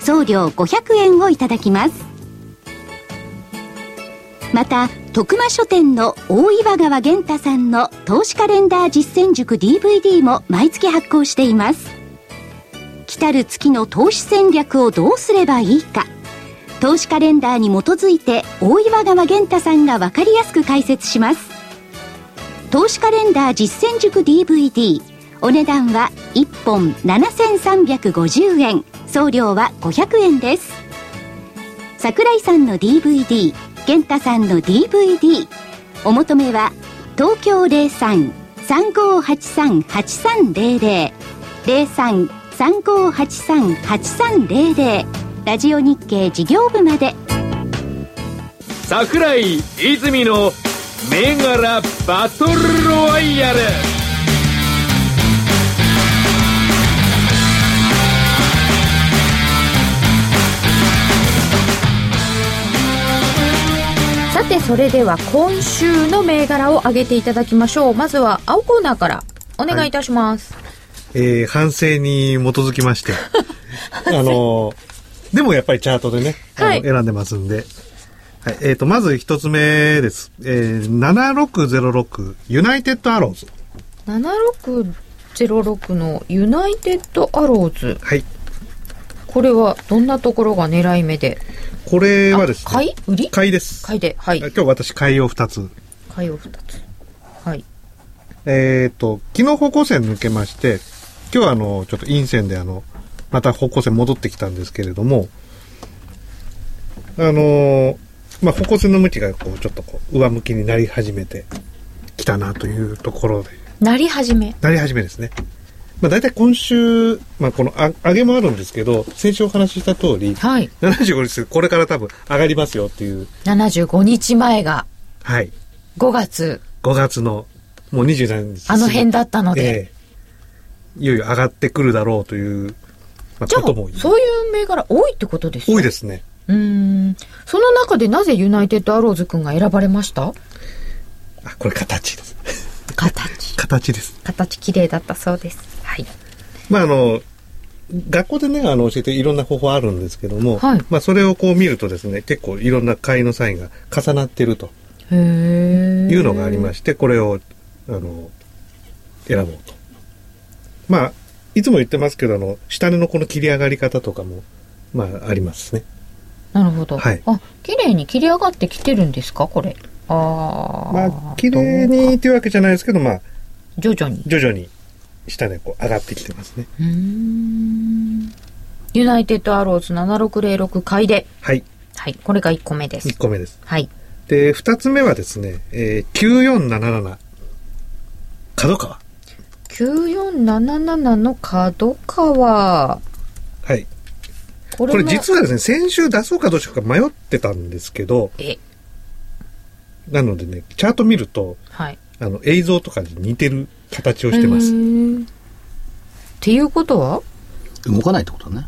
F: 送料500円をいただきますまた徳間書店の大岩川源太さんの投資カレンダー実践塾 DVD も毎月発行しています来たる月の投資戦略をどうすればいいか投資カレンダーに基づいて大岩川源太さんが分かりやすく解説します投資カレンダー実践塾 DVD お値段は1本7350円送料は500円です桜井さんの DVD 健太さんの DVD お求めは東京03-3583-8300 03-3583-8300ラジオ日経事業部まで
G: 桜井泉の銘柄バトルロワイヤル
A: さてそれでは今週の銘柄を上げていただきましょうまずは青コーナーからお願いいたします、
E: えー反省に基づきまして、あのーでもやっぱりチャートでね、あの
A: はい
E: 選んでますんで。はい。えっ、と、まず一つ目です。えー、7606、ユナイテッドアローズ。
A: 7606のユナイテッドアローズ。
E: はい。
A: これはどんなところが狙い目で
E: これはですね。
A: あ買い売り
E: 買いです。
A: 買いで、はい
E: 今。日私買いを2つ。
A: 買いを2つ。はい。
E: えっ、と、昨日方向線抜けまして、今日はあの、ちょっと陰線であの、また方向線戻ってきたんですけれども、あのーまあ、方向線の向きがこう、ちょっとこう、上向きになり始めてきたなというところで、
A: なり始め。
E: なり始めですね。まあ、大体今週、まあ、このあ上げもあるんですけど、先週お話しした通り、
A: はい。
E: 75日、これから多分上がりますよっていう、
A: 75日前が
E: はい、
A: 5月、
E: 5月の、もう27日。
A: あの辺だったので。
E: ええいよいよ上がってくるだろうという、まあ、
A: じゃあ
E: ことも、
A: そういう銘柄多いってことです。
E: 多いですすね。
A: うーん。その中でなぜユナイテッドアローズくんが選ばれました
E: あ、これ形です。
A: 形。
E: 形です。
A: 形綺麗だったそうです。はい。
E: まああの、学校でね、あの、教えていろんな方法あるんですけども、
A: はい
E: まあそれをこう見るとですね、結構いろんな買いのサインが重なってると
A: へえ。
E: いうのがありまして、これを、あの、選ぼうと。まあ、いつも言ってますけど、あの、下値のこの切り上がり方とかも、まあありますね。
A: なるほど。
E: はい
A: あ、綺麗に切り上がってきてるんですかこれ。ああ。
E: まあ、綺麗にっていうわけじゃないですけど、まあ、
A: 徐々に。
E: 徐々に下でこう上がってきてますね。
A: うーん。ユナイテッドアローズ7606買いで。
E: はい。
A: はい。これが1個目です
E: 1。個目です。
A: はい。
E: で、2つ目はですね、えー、9477。角川。
A: 9477の角川。
E: はい。
A: こ
E: これ実
A: は。
E: はですね、先週出そうかどうしようか迷ってたんですけど、
A: え、
E: なのでね、チャート見ると、
A: はい。
E: あの、映像とかに似てる形をしてま
A: へ
E: す。
A: ーっていうことは
B: 動かないってことだね。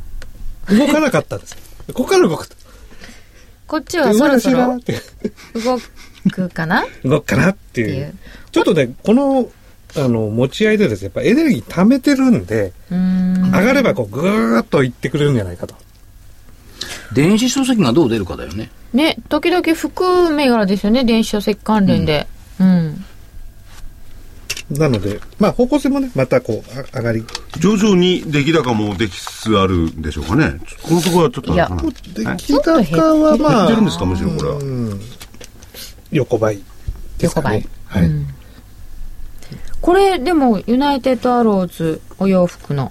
E: 動かなかったです。ここから 動くと。
A: こっちはそろそろ
E: 動くかなって
A: 動くかなっ
E: 動くかなって
A: て
E: い
A: いうう。。
E: ちょっとね、この、あの、持ち合いでですね、やっぱエネルギー溜めてるんで、
A: うーん。
E: 上がればこう、ぐーっといってくれるんじゃないかと。
B: 電子書籍がどう出るかだよね。
A: ね、時々含銘柄ですよね、電子書籍関連で。うん。
E: なので、まあ、方向性もね、またこう、あ上がり。
D: 徐々に出来高もできつつあるんでしょうかね。ちょこのところはちょっとあれかな。
E: もう
D: 減
E: 出来
A: ょっと減ってる
E: 高はま
D: っ
E: あ
D: てるんですか、むしろこれは。
E: うん横ばいです
A: 横
E: か
A: ば
E: ね、
A: い。
E: はい。
A: うんこれ、でも、ユナイテッドアローズ、お洋服の、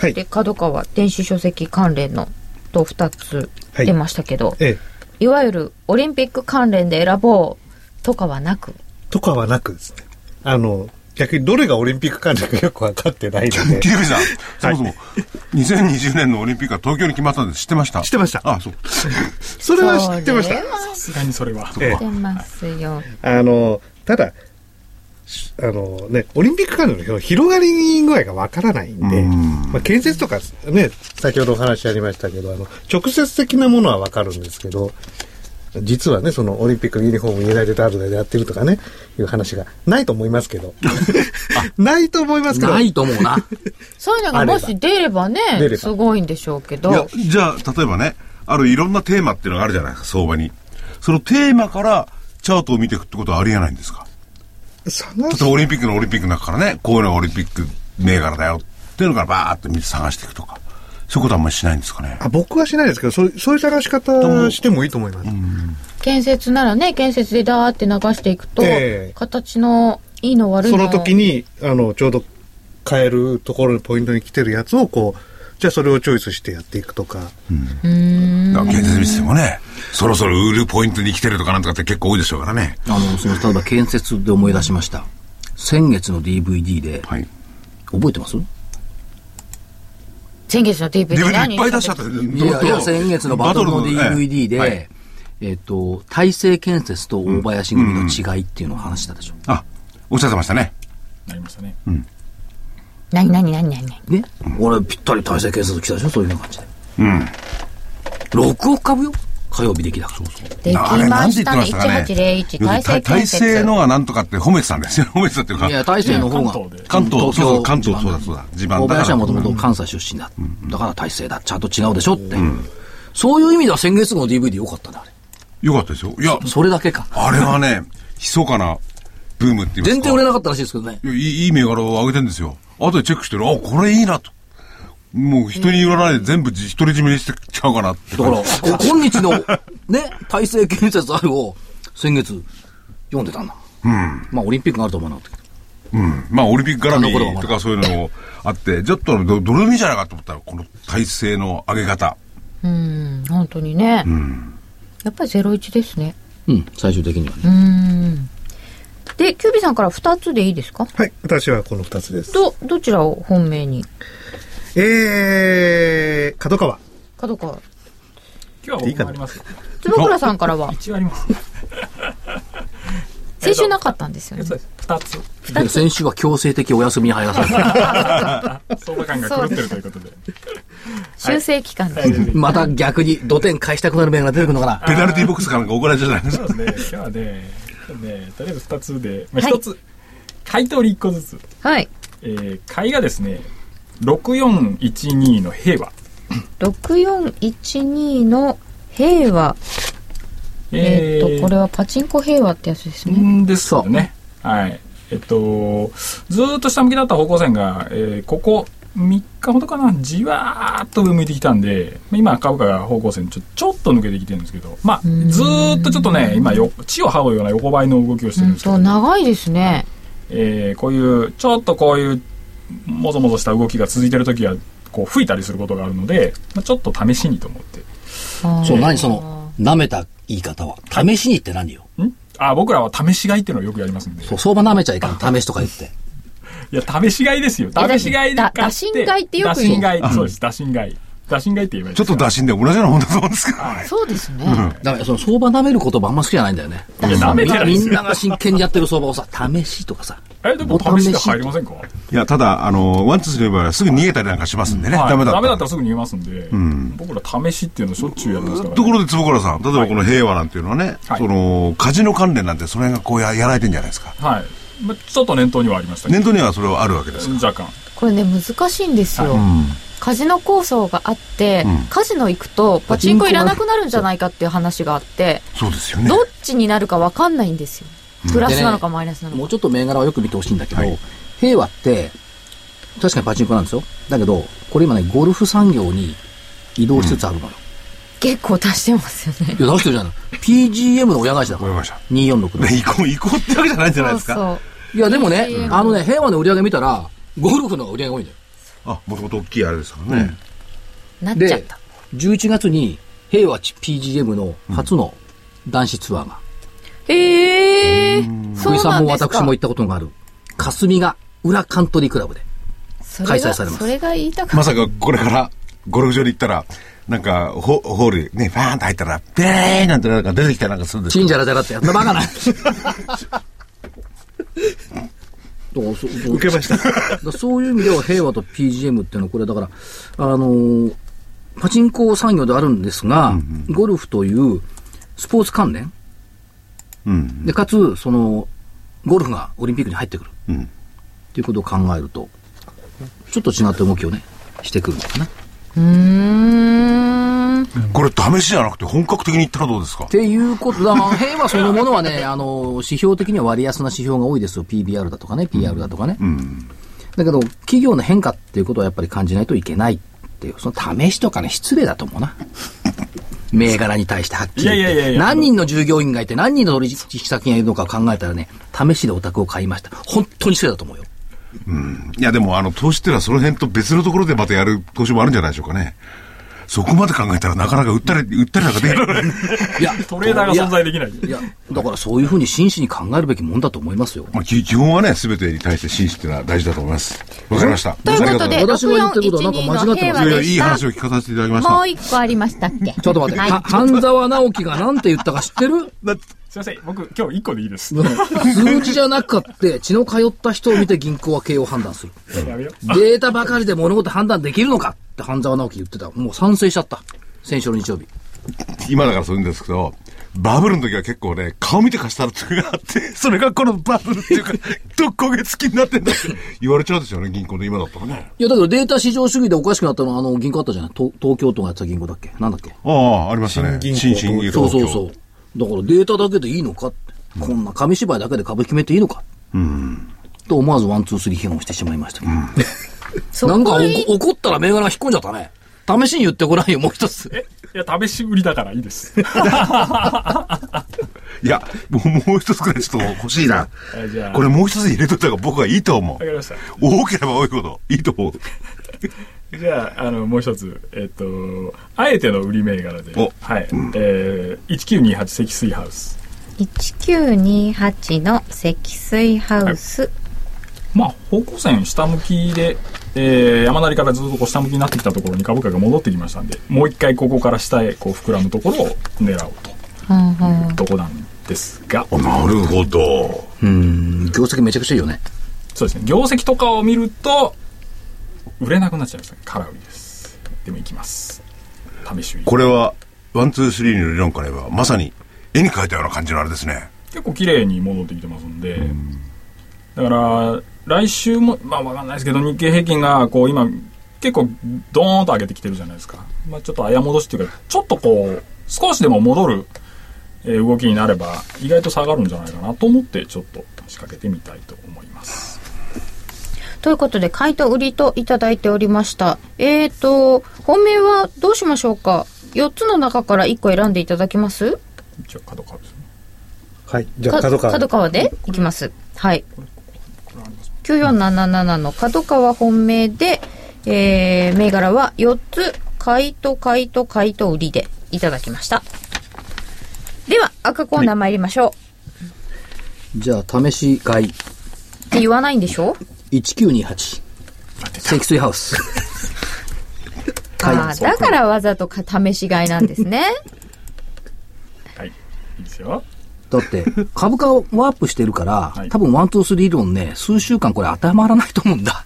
E: はい。
A: で、角川、電子書籍関連の、と2つ
E: はい
A: 出ましたけど、
E: ええ。
A: い、わゆるオリンピック関連で選ぼうとかはなく、
E: とかはなくですね。あの、逆にどれがオリンピック関連かよくわかってないので。
D: 桐口さん、そもそも、2020年のオリンピックは東京に決まったんです。知ってました
E: 知ってました
D: あ、そう。
E: それは知ってまし
A: それ
E: た。
A: は
C: さすがにそれは。
E: え
A: 知ってますよ。
E: あの、ただ、しあのね、オリンピック関連の広がり具合がわからないんで、
D: うん
E: まあ、建設とかね、先ほどお話ありましたけど、あの、直接的なものはわかるんですけど、実はね、そのオリンピックのユニフォームユナイテッドアルでやってるとかね、いう話がないと思いますけど。 ないと思いますけど。
B: ないと思 うな。
A: そういうのがもし出ればね
E: あれば
A: すごいんでしょうけ
D: いや
A: ど、
D: じゃあ、例えばね、あるいろんなテーマっていうのがあるじゃないですか、相場に。そのテーマからチャートを見ていくってことはありえないんですか
E: その
D: 例えばオリンピックのオリンピックの中からね、こういうのがオリンピック銘柄だよっていうのからバーッと見て探していくとか。そういうことはあんまりしないんですかね。
E: あ僕はしないですけど、そうそういう探し方してもいいと思います。
A: 建設ならね、建設でダーって流していくと、
E: ええ
A: 形のいいの悪い
E: そ
A: の
E: の時に、あの、ちょうど買えるところのポイントに来てるやつをこう、じゃあそれをチョイスしてやっていくとか。
D: だから建設見ててもね、そろそろ売るポイントに来てるとかなんとかって結構多いでしょうからね。
B: あの、その、例えば建設で思い出しました。先月の DVD で、
D: はい。
B: 覚えてます
A: 先月の DVD
D: レベルい
A: 何
D: っぱい出しちゃった。
B: いやいや、先月のバトルの
D: ね
B: DVD で、
D: はい
B: えっ、と、大成建設と大林組の違いっていうのを話したでしょ。
D: あ、おっしゃってましたね。
C: なりましたね。
A: 何何何何何
B: ね、俺ぴったり大成建設来たでしょそういうような感じで。
D: うん。
B: 6億株よ火曜日できたから。
A: でき
D: あれな
A: ま
D: んて
A: し
D: 言ったて
A: ね
D: ましたかね。
A: 1801大成
D: 体
A: 建
D: 制
A: 設
D: のがなんとかって褒めてたんですよ。 褒めてたっていうか
B: い。や、大成の方が
C: いや関東で。
D: 関東
B: うん
D: そうそう関東そうだそうだ地盤だ
B: 大
D: から
B: 林はもともと関西出身だ。だから大成だ。ちゃんと違うでしょって。そういう意味では先月号の DVD 良かったね、あれ。
D: よかったですよ。いや、
B: それだけか。
D: あれはね、密かなブームって言いますか。
B: 全然売れなかったらしいですけどね。
D: いやいいいい銘柄を上げてんですよ。後でチェックしてる。あ、これいいなと。もう人に言わないで全部じ独り占めにしてちゃうかなって
B: だ か
D: 感
B: ら、
D: じ。
B: こ今日の、ね、体制建設あるを、先月、読んでたんだ。うん。まあ、オリンピックがあると思うなかったけど。
D: うん。まあ、オリンピック絡
B: あの頃はま
D: み
B: だ
D: とかそういうのもあって、ちょっとどどれ見じゃないかと思ったら、この体制の上げ方。
A: うん、本当にね。やっぱりゼロ一ですね。
B: うん、最終的にはね。
A: うん。で、キュービーさんから二つでいいですか
E: はい。私はこの二つです。
A: ど、どちらを本命に
E: えー、角川。
A: 角川。
C: 今日は僕もありますよ。
A: 坪倉さんからは、
C: 一応あります。
A: 先週なかったんですよね
C: そ。うです。二つ。
B: で先週は強制的お休みに入らされ た。
C: 相場感が狂ってるということで。
A: 修正期間で
C: はい
A: す。
C: で
B: また逆に土点返したくなる面が出てくるのかな。
D: ペナルティーボックスかなんか怒られちゃうじゃないです
C: そ
D: か。
C: うですね。今日はね、ねとりあえず二つで、まあ、一つ、回答り一個ずつ。
A: はい。
C: えー、買いがですね、6412の平和。
A: 6412の平和。えーっと、これはパチンコ平和ってやつですね。
C: んですよね。はい。えっと、ずーっと下向きだった方向線が、えーここ3日ほどかな、じわーっと上向いてきたんで、今、株価が方向線ちょちょっと抜けてきてるんですけど、まあ、ずーっとちょっとね、今よ、地を這うような横ばいの動きをしてるん
A: 本
C: ですけど、
A: 当長いですね。
C: えーこういう、ちょっとこういう、もぞもぞした動きが続いてるときは、こう吹いたりすることがあるので、まあ、ちょっと試しにと思って。
A: あー
B: そう、何その、舐めた言い方は。試しにって何よ。
C: んあ、僕らは試し買いっていうのをよくやりますんで。
B: そう、相場舐めちゃいかん。試しとか言って。
C: いや、試し買いですよ。
A: や
C: 試し買いで買って。
A: だ打診買いってよく言う
C: 打診買い。そうです。打診買い。打診買いって言えばいい
D: ちょ
C: で
D: っ
C: すか
D: と打診で同じようなもんだと思うんですけど。はい
A: そうですね。
B: だから、その相場舐める言葉あんま好きじゃないんだよね。
C: いや舐めてないで
B: み
C: す
B: ん
C: よ
B: なが真剣にやってる相場をさ、試しとかさ。
C: え、でも試しで入りませんか
D: いや、ただ、あの、ワンツーすればすぐ逃げたりなんかしますんでね。
C: はい
D: ダメだったら。
C: ダメだったらすぐ逃げますんで、
D: ん
C: 僕ら試しっていうのしょっちゅうやりますから、ね。
D: ところで坪倉さん、例えばこの平和なんていうのはね、
C: はい
D: その、カジノ関連なんてその辺がこうややられてんじゃないですか。
C: はい。まちょっと念頭にはありましたけ
D: 年度にはそれはあるわけですか
C: ど、若干。
A: これね、難しいんですよ。カジノ構想があって、
D: うん
A: カジノ行くとパチンコいらなくなるんじゃないかっていう話があって、
D: ら。そうですよね
A: ど。っちになるかわかんないんですよ。プラスなのかマイナスなの
B: も
A: か。
B: うちょっと銘柄はよく見てほしいんだけど、
D: はい
B: 平和って、確かにパチンコなんですよ。だけど、これ今ね、ゴルフ産業に移動しつつあるのよ。
A: 結構足してますよね。
B: いや、出してるじゃない。PGM の親会社だか。
D: わからりました。
B: 246の
D: ね。行こう、行こうってわけじゃないんじゃないですか。
A: そう
B: いや、でもね、
A: PGM
B: あのね、平和の売り上げ見たら、ゴルフの方が売り上げ多いんだよ。
D: あ、もともと大きいあれですからね。
A: そう。なっちゃっ
B: で
A: た。、
B: 11月に平和 PGM の初の男子ツアーが、
A: へえー。そ
B: 福井
A: う
B: さ
A: なんん
B: も
A: です
B: 私
A: か
B: も行。ったことがある、霞が裏カントリークラブで。
A: それ
B: 開
A: が
B: 催されます
A: それが言いたか
D: ま
A: っ。
D: さかこれから、ゴルフ場に行ったら、なんか、ホホール、ね、ファーンと入ったら、ベーンなんてなんか出てきたりなんかするんです
B: チ
D: け
B: ンジ
D: ど
B: ャラジャラってやったバカな。 どうそ
E: 受けました。
B: だそういう意味では平和と PGM っていうのはこれだから、あのーパチンコ産業であるんですが、ゴルフというスポーツ関連
D: うん。
B: でかつそのゴルフがオリンピックに入ってくる
D: うん。
B: っていうことを考えるとちょっと違った動きをねしてくるのかなった
A: うーん。
D: これ、試しじゃなくて本格的に行ったらどうですか
B: ていうことだから平和そのものは ねあのー指標的には割安な指標が多いですよ PBR だとかね PR だとかね、
D: うん。
B: だけど企業の変化っていうことはやっぱり感じないといけないっていうその試しとかね失礼だと思う な銘柄に対してはっきり言って
C: いやいやいやいや
B: 何人の従業員がいて何人の取引先がいるのか考えたらね試しでお宅を買いました本当に失礼だと思うよ
D: いや、でも、あの、投資ってのはその辺と別のところでまたやる投資もあるんじゃないでしょうかね。そこまで考えたら、なかなか売ったり、売ったりなんかで きない。
B: いや
C: トレーダーが存在できない。
B: いやだからそういうふうに真摯に考えるべきもんだと思いますよ
D: まあ、基基本はね、すべてに対して真摯っていうのは大事だと思います。わかりました。
A: という
D: あり
A: こ
D: が
A: と
D: うござ
A: で、
B: 私が言ってることはなん
A: 6412
B: か間
A: の
B: 違って
A: 平
B: ま
A: 和
B: す
A: で
D: いやいや、いい
A: した
D: 話を聞かさせていただきまし
A: も
D: た
A: う。一個ありましたっけ
B: ちょっと待って、
A: はい
B: は半沢直樹が何て言ったか知ってる
C: すいません。僕、今日1個でいいです。
B: 数字じゃなくって血の通った人を見て銀行は経営を判断する
C: やめよう。
B: データばかりで物事判断できるのかって半沢直樹言ってた。もう賛成しちゃった。先週の日曜日。
D: 今だからそう言うんですけど、バブルの時は結構ね、顔見て貸したらっていうのがあ って、それがこのバブルっていうか、 どこが好きになってんだって言われちゃうんですよね、銀行の今だったらね。
B: いや、だけどデータ市場主義でおかしくなったのは、あの、銀行あったじゃない東東京都がやってた銀行だっけなんだっけ
D: ああ、ありましたね。
E: 新銀行
D: 新銀行。
B: そうそうそう。だからデータだけでいいのかって、こんな紙芝居だけで株決めていいのか、と思わずワン、ツー、スリー批判をしてしまいましたけど。
H: そ
B: なんか
H: こに
B: お怒ったら銘柄引っ込んじゃったね。試しに言ってごらんよ、もう一つ。
C: いや、試し売りだからいいです。
D: いや、もうもう一つくらいちょっと欲しいな
C: はいじゃ。あ
D: これもう一つ入れといた方が僕はいいと思
C: わか
D: う。
C: りました。
D: 多ければ多いほどいいと思う。
C: じゃあ、あの、もう一つ、えっと、あえての売り銘柄で
D: お、
C: はい、えー、1928積水ハウス。
A: 1928の積水ハウス
C: まあ、方向線下向きで、えー、山なりからずっとこう下向きになってきたところに株価が戻ってきましたんで、もう一回ここから下へこう膨らむところを狙おうというとこなんですが、
D: あなるほど。
B: うん、業績めちゃくちゃいいよね。
C: そうですね、業績とかを見ると、売れなくなっちゃいましたね。空売りです。でも行きます。試し売り。
D: これは、ワン、ツー、スリーの理論から言えば、まさに絵に描いたような感じのあれですね。
C: 結構綺麗に戻ってきてますんで、だから来週もまあわかんないですけど日経平均がこう今結構ドーンと上げてきてるじゃないですか、まあ、ちょっとあや戻しっていうかちょっとこう少しでも戻るえー動きになれば意外と下がるんじゃないかなと思ってちょっと仕掛けてみたいと思います
A: ということで買いと売りといただいておりましたえーと本命はどうしましょうか4つの中から1個選んでいただきます
C: 一応角株ですね
E: はい。じゃあ、角川。
A: 角川でいきますはい9477の角川本命で、えー、銘柄は4つ買いと買いと買いと売りでいただきましたでは赤コーナー参りましょう、
B: じゃあ、試し買い
A: って言わないんでしょ
B: 1928。積水ハウス。
A: ああ、だからわざとか試し買いなんですね。
C: はいいいですよ
B: だって、株価をワープしてるから、
C: はい
B: 多分ワン、ツー、スリー理論ね、数週間これ当てはまらないと思うんだ。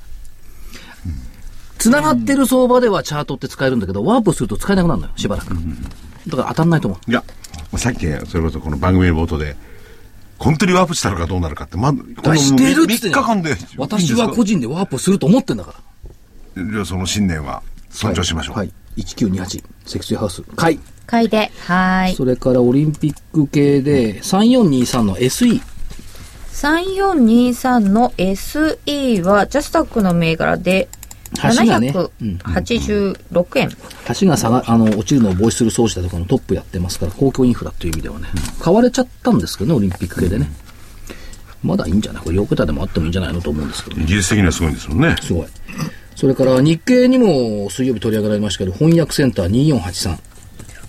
B: 繋がってる相場ではチャートって使えるんだけど、ワープすると使えなくなるのよ、しばらく。だから当たんないと思う。
D: いや、さっき、それこそこの番組の冒頭で、本当にワープしたのかどうなるかって、ま、この
B: してるっ
D: 3
B: つって
D: 日
B: んの
D: 間で、
B: 私は個人でワープすると思ってんだから。
D: いやその信念は尊重しましょう。
B: はい。1928、積水ハウス。買い。
A: 買いで。はーい。
B: それからオリンピック系で、3423の SE。
A: 3423の SE はジャスタックの銘柄で
B: 橋がね
A: 786円。
B: 橋が下が、あの、落ちるのを防止する装置だとかのトップやってますから、公共インフラという意味ではね、買われちゃったんですけどね、オリンピック系でね。まだいいんじゃないこれ、4桁でもあってもいいんじゃないのと思うんですけどね。
D: 技術的にはすごいんですもんね。
B: すごい。それから、日経にも水曜日取り上げられましたけど、翻訳センター2483。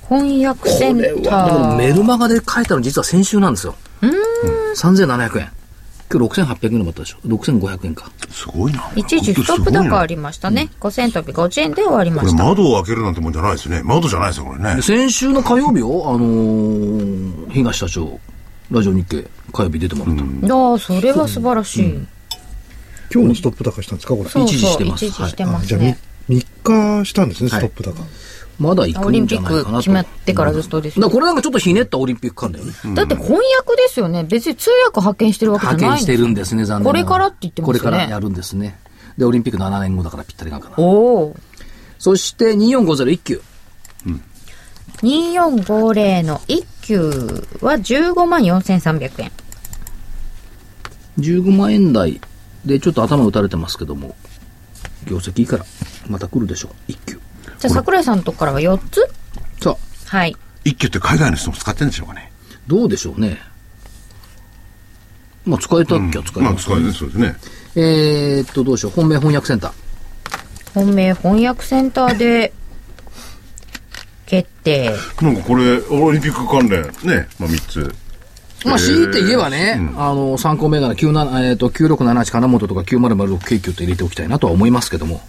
A: 翻訳セ
B: こ
A: ン
B: れは、だか
A: タ
B: らメ
A: ー。
B: ルマガで書いたの実は先週なんですよ。3700円。今日6800円ぐらいもあったでしょ。6500円か。
D: すごいな。
A: 一時ストップ高ありましたね。5000飛び50円で終わりま
D: これ
A: した。
D: 窓を開けるなんてもんじゃないですね。窓じゃないですよ、これね
B: で。先週の火曜日を、あのー東社長、ラジオ日経、火曜日出てもらった。
A: ああ、それは素晴らしい。
E: 今日のストップ高したんですか、これ。
A: そう
B: 一時し
A: そ
B: て
A: う、
B: ます
A: 一時してま
E: あじ
A: す
E: ゃあ、み
A: ね。
E: 3日したんですね、
B: は
E: ス
B: い
E: トップ高。
B: まだ行
A: オ
B: く
A: リン
B: んじ
A: ピ
B: ゃない
A: ッ
B: か
A: ク
B: なと。
A: 決まってからずっとです
B: だ
A: よ
B: からこれなんかちょっとひねったオリンピック関連、
A: だって翻訳ですよね。別に通訳派遣してるわけじゃ
B: 派
A: ない
B: 遣し
A: んです
B: て
A: よ
B: るんですね、残念なが
A: これからって言ってますよね
B: これからやるんですね。で、オリンピック7年後だからぴったりなのかな。
A: おお。
B: そして、245019。
A: 2450の1級は15万4300円。
B: 15万円台でちょっと頭打たれてますけども、業績いいから、また来るでしょう。一級。
A: じゃあ、桜井さんのとこからは4つ
B: さあ、
A: はい。
D: 一級って海外の人も使ってるんでしょうかね。
B: どうでしょうね。まあ、使えたっきゃ使え
D: まあ
B: ます、
D: 使えるそうですね。
B: えーっと、どうしよう。本命翻訳センター。
A: 本命翻訳センターで、決定。
D: なんかこれ、オリンピック関連、ね、まあ3つ。
B: まあ、
D: えー
B: 強いて言えばね、あの、参考銘柄、97、えっ、と、9678金本とか9006京急って入れておきたいなとは思いますけども、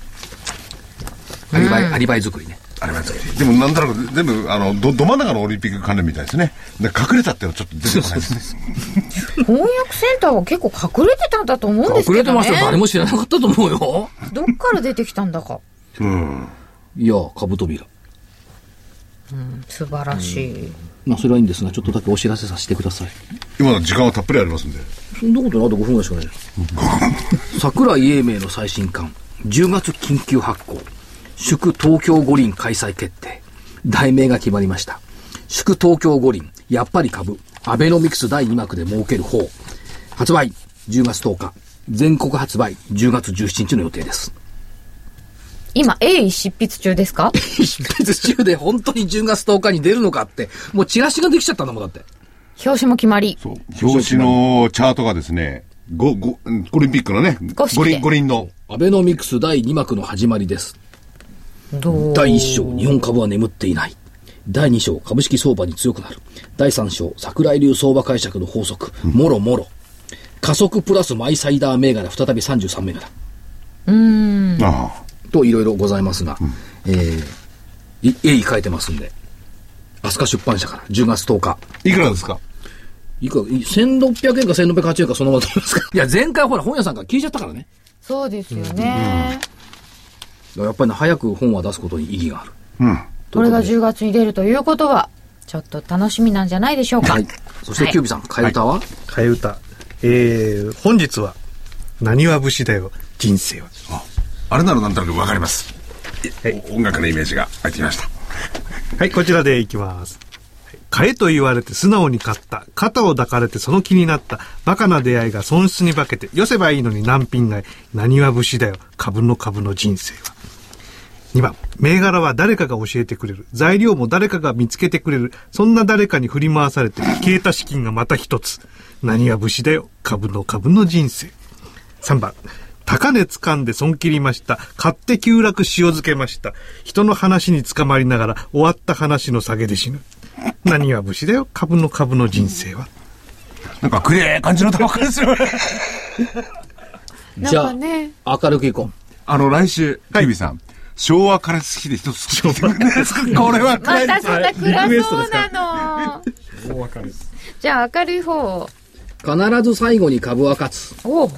B: アリバイ、アリバイ作りね。
D: ありますねでもなんとなく全部、あの、ど、ど真ん中のオリンピック関連みたいですね。で隠れたっていうのはちょっと出てこないですね。
A: 翻訳センターは結構隠れてたんだと思うんです
B: 隠れ
A: け
B: て
A: ど
B: ま
A: ね
B: した。よ。誰も知らなかったと思うよ。
A: どっから出てきたんだか。
D: うん。
B: いや、株扉。
A: 素晴らしい。
B: まあ、それはいいんですが、ちょっとだけお知らせさせてください。
D: 今の時間はたっぷりありますんで。
B: そんなことないあと5分ぐらいしかないです。桜井英明の最新刊、10月緊急発行、祝東京五輪開催決定。題名が決まりました。祝東京五輪、やっぱり株、アベノミクス第2幕で儲ける方。発売、10月10日。全国発売、10月17日の予定です。
A: 今、鋭意執筆中ですか
B: 執筆中で本当に10月10日に出るのかって、もうチラシができちゃったんだもんだって。
A: 表紙も決まり。
D: そう。表紙のチャートがですね、ご、ご、うんオリンピックのね、
A: 五式
D: 五輪、五輪の。
B: アベノミクス第2幕の始まりです。
A: どう
B: 第1章、日本株は眠っていない。第2章、株式相場に強くなる。第3章、桜井流相場解釈の法則、もろもろ。加速プラスマイサイダー銘柄、再び33銘柄。
D: ああ。
B: といろいろございますが、えー、い絵に書いてますんで。飛鳥出版社から10月10日。
D: いくらですか
B: いくら、い1600円か1680円かそのままだと思いますかいや、前回ほら本屋さんから聞いちゃったからね。
A: そうですよ
B: だ
A: ね。
B: からやっぱりね、早く本は出すことに意義がある。
D: うん。
A: これが10月に出るということは、ちょっと楽しみなんじゃないでしょうか。
B: はい。そして、キュービさん、替え歌は、
E: 替え歌。えー、本日は、何は節だよ、人生は。
D: あれならなんとなくわかります。
E: はい
D: 音楽のイメージが入ってきました。
E: はい、こちらでいきます。買えと言われて素直に買った。肩を抱かれてその気になった。バカな出会いが損失に化けて、寄せばいいのに難品買い。何は節だよ。株の株の人生は。2番、銘柄は誰かが教えてくれる。材料も誰かが見つけてくれる。そんな誰かに振り回されて、消えた資金がまた一つ。何は節だよ。株の株の人生。3番。高値掴んで損切りました。買って急落塩漬けました。人の話に捕まりながら終わった話の下げで死ぬ。何は武士だよ。株の株の人生は。
D: なんか暗え感じのタバコですよ。
B: じゃあ、明るくいこ
D: あの、来週、キビさん、昭和から好きで一つ作ってくれないですかこれは暗いです。
A: またそんな暗そうなの。じゃあ明るい方を。
B: う。必ず最後に株は勝つ。
A: おう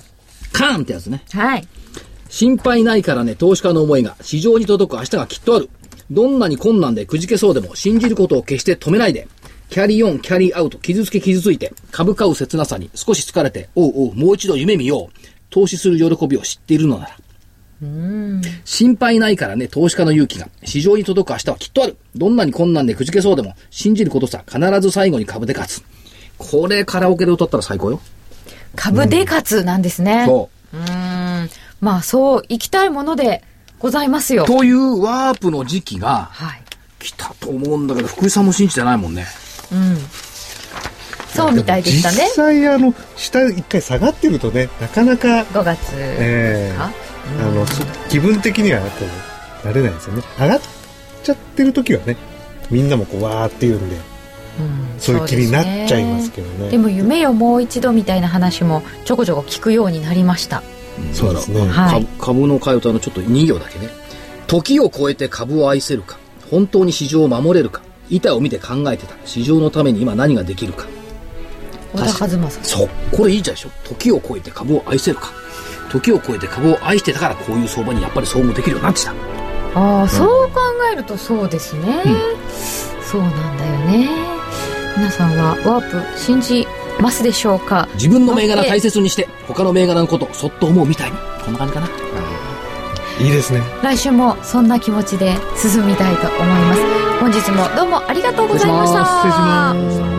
B: カーンってやつね。
A: はい。
B: 心配ないからね、投資家の思いが、市場に届く明日がきっとある。どんなに困難でくじけそうでも、信じることを決して止めないで。キャリーオン、キャリーアウト、傷つけ傷ついて、株買う切なさに少し疲れて、おうおう、もう一度夢見よう。投資する喜びを知っているのなら。心配ないからね、投資家の勇気が。市場に届く明日はきっとある。どんなに困難でくじけそうでも、信じることさ、必ず最後に株で勝つ。これカラオケで歌ったら最高よ。
A: 株で勝つなんですね。
B: そう。
A: うーん。まあそう、行きたいものでございますよ。
B: というワープの時期が
A: はい。
B: 来たと思うんだけど、福井さんも信じてないもんね。
A: そうみたいでしたね
E: 実。際あの、下一回下がってるとね、なかなか、
A: 5月
E: え
A: か、
E: ーあの、そ気分的にはこう、なれないですよね。上がっちゃってる時はね、みんなもこう、わーって言うんで、そういう気になっちゃいますけどね。
A: でも夢よもう一度みたいな話もちょこちょこ聞くようになりました。
E: そうですね。
A: はい
B: 株株の替え歌のちょっと2行だけね。時を超えて株を愛せるか、本当に市場を守れるか、板を見て考えてた、市場のために今何ができるか。
A: 小田和正さん。
B: そう。これいいじゃんでしょ。時を超えて株を愛せるか。時を超えて株を愛してたから、こういう相場にやっぱり遭遇できるようになってきた。
A: ああ、そう考えるとそうですね。そうなんだよね。皆さんはワープ信じますでしょうか
B: 自分の銘柄大切にして、他の銘柄のことをそっと思うみたいに。こんな感じかな。
E: いいですね。
A: 来週もそんな気持ちで進みたいと思います。本日もどうもありがとうございました。
E: 失礼します。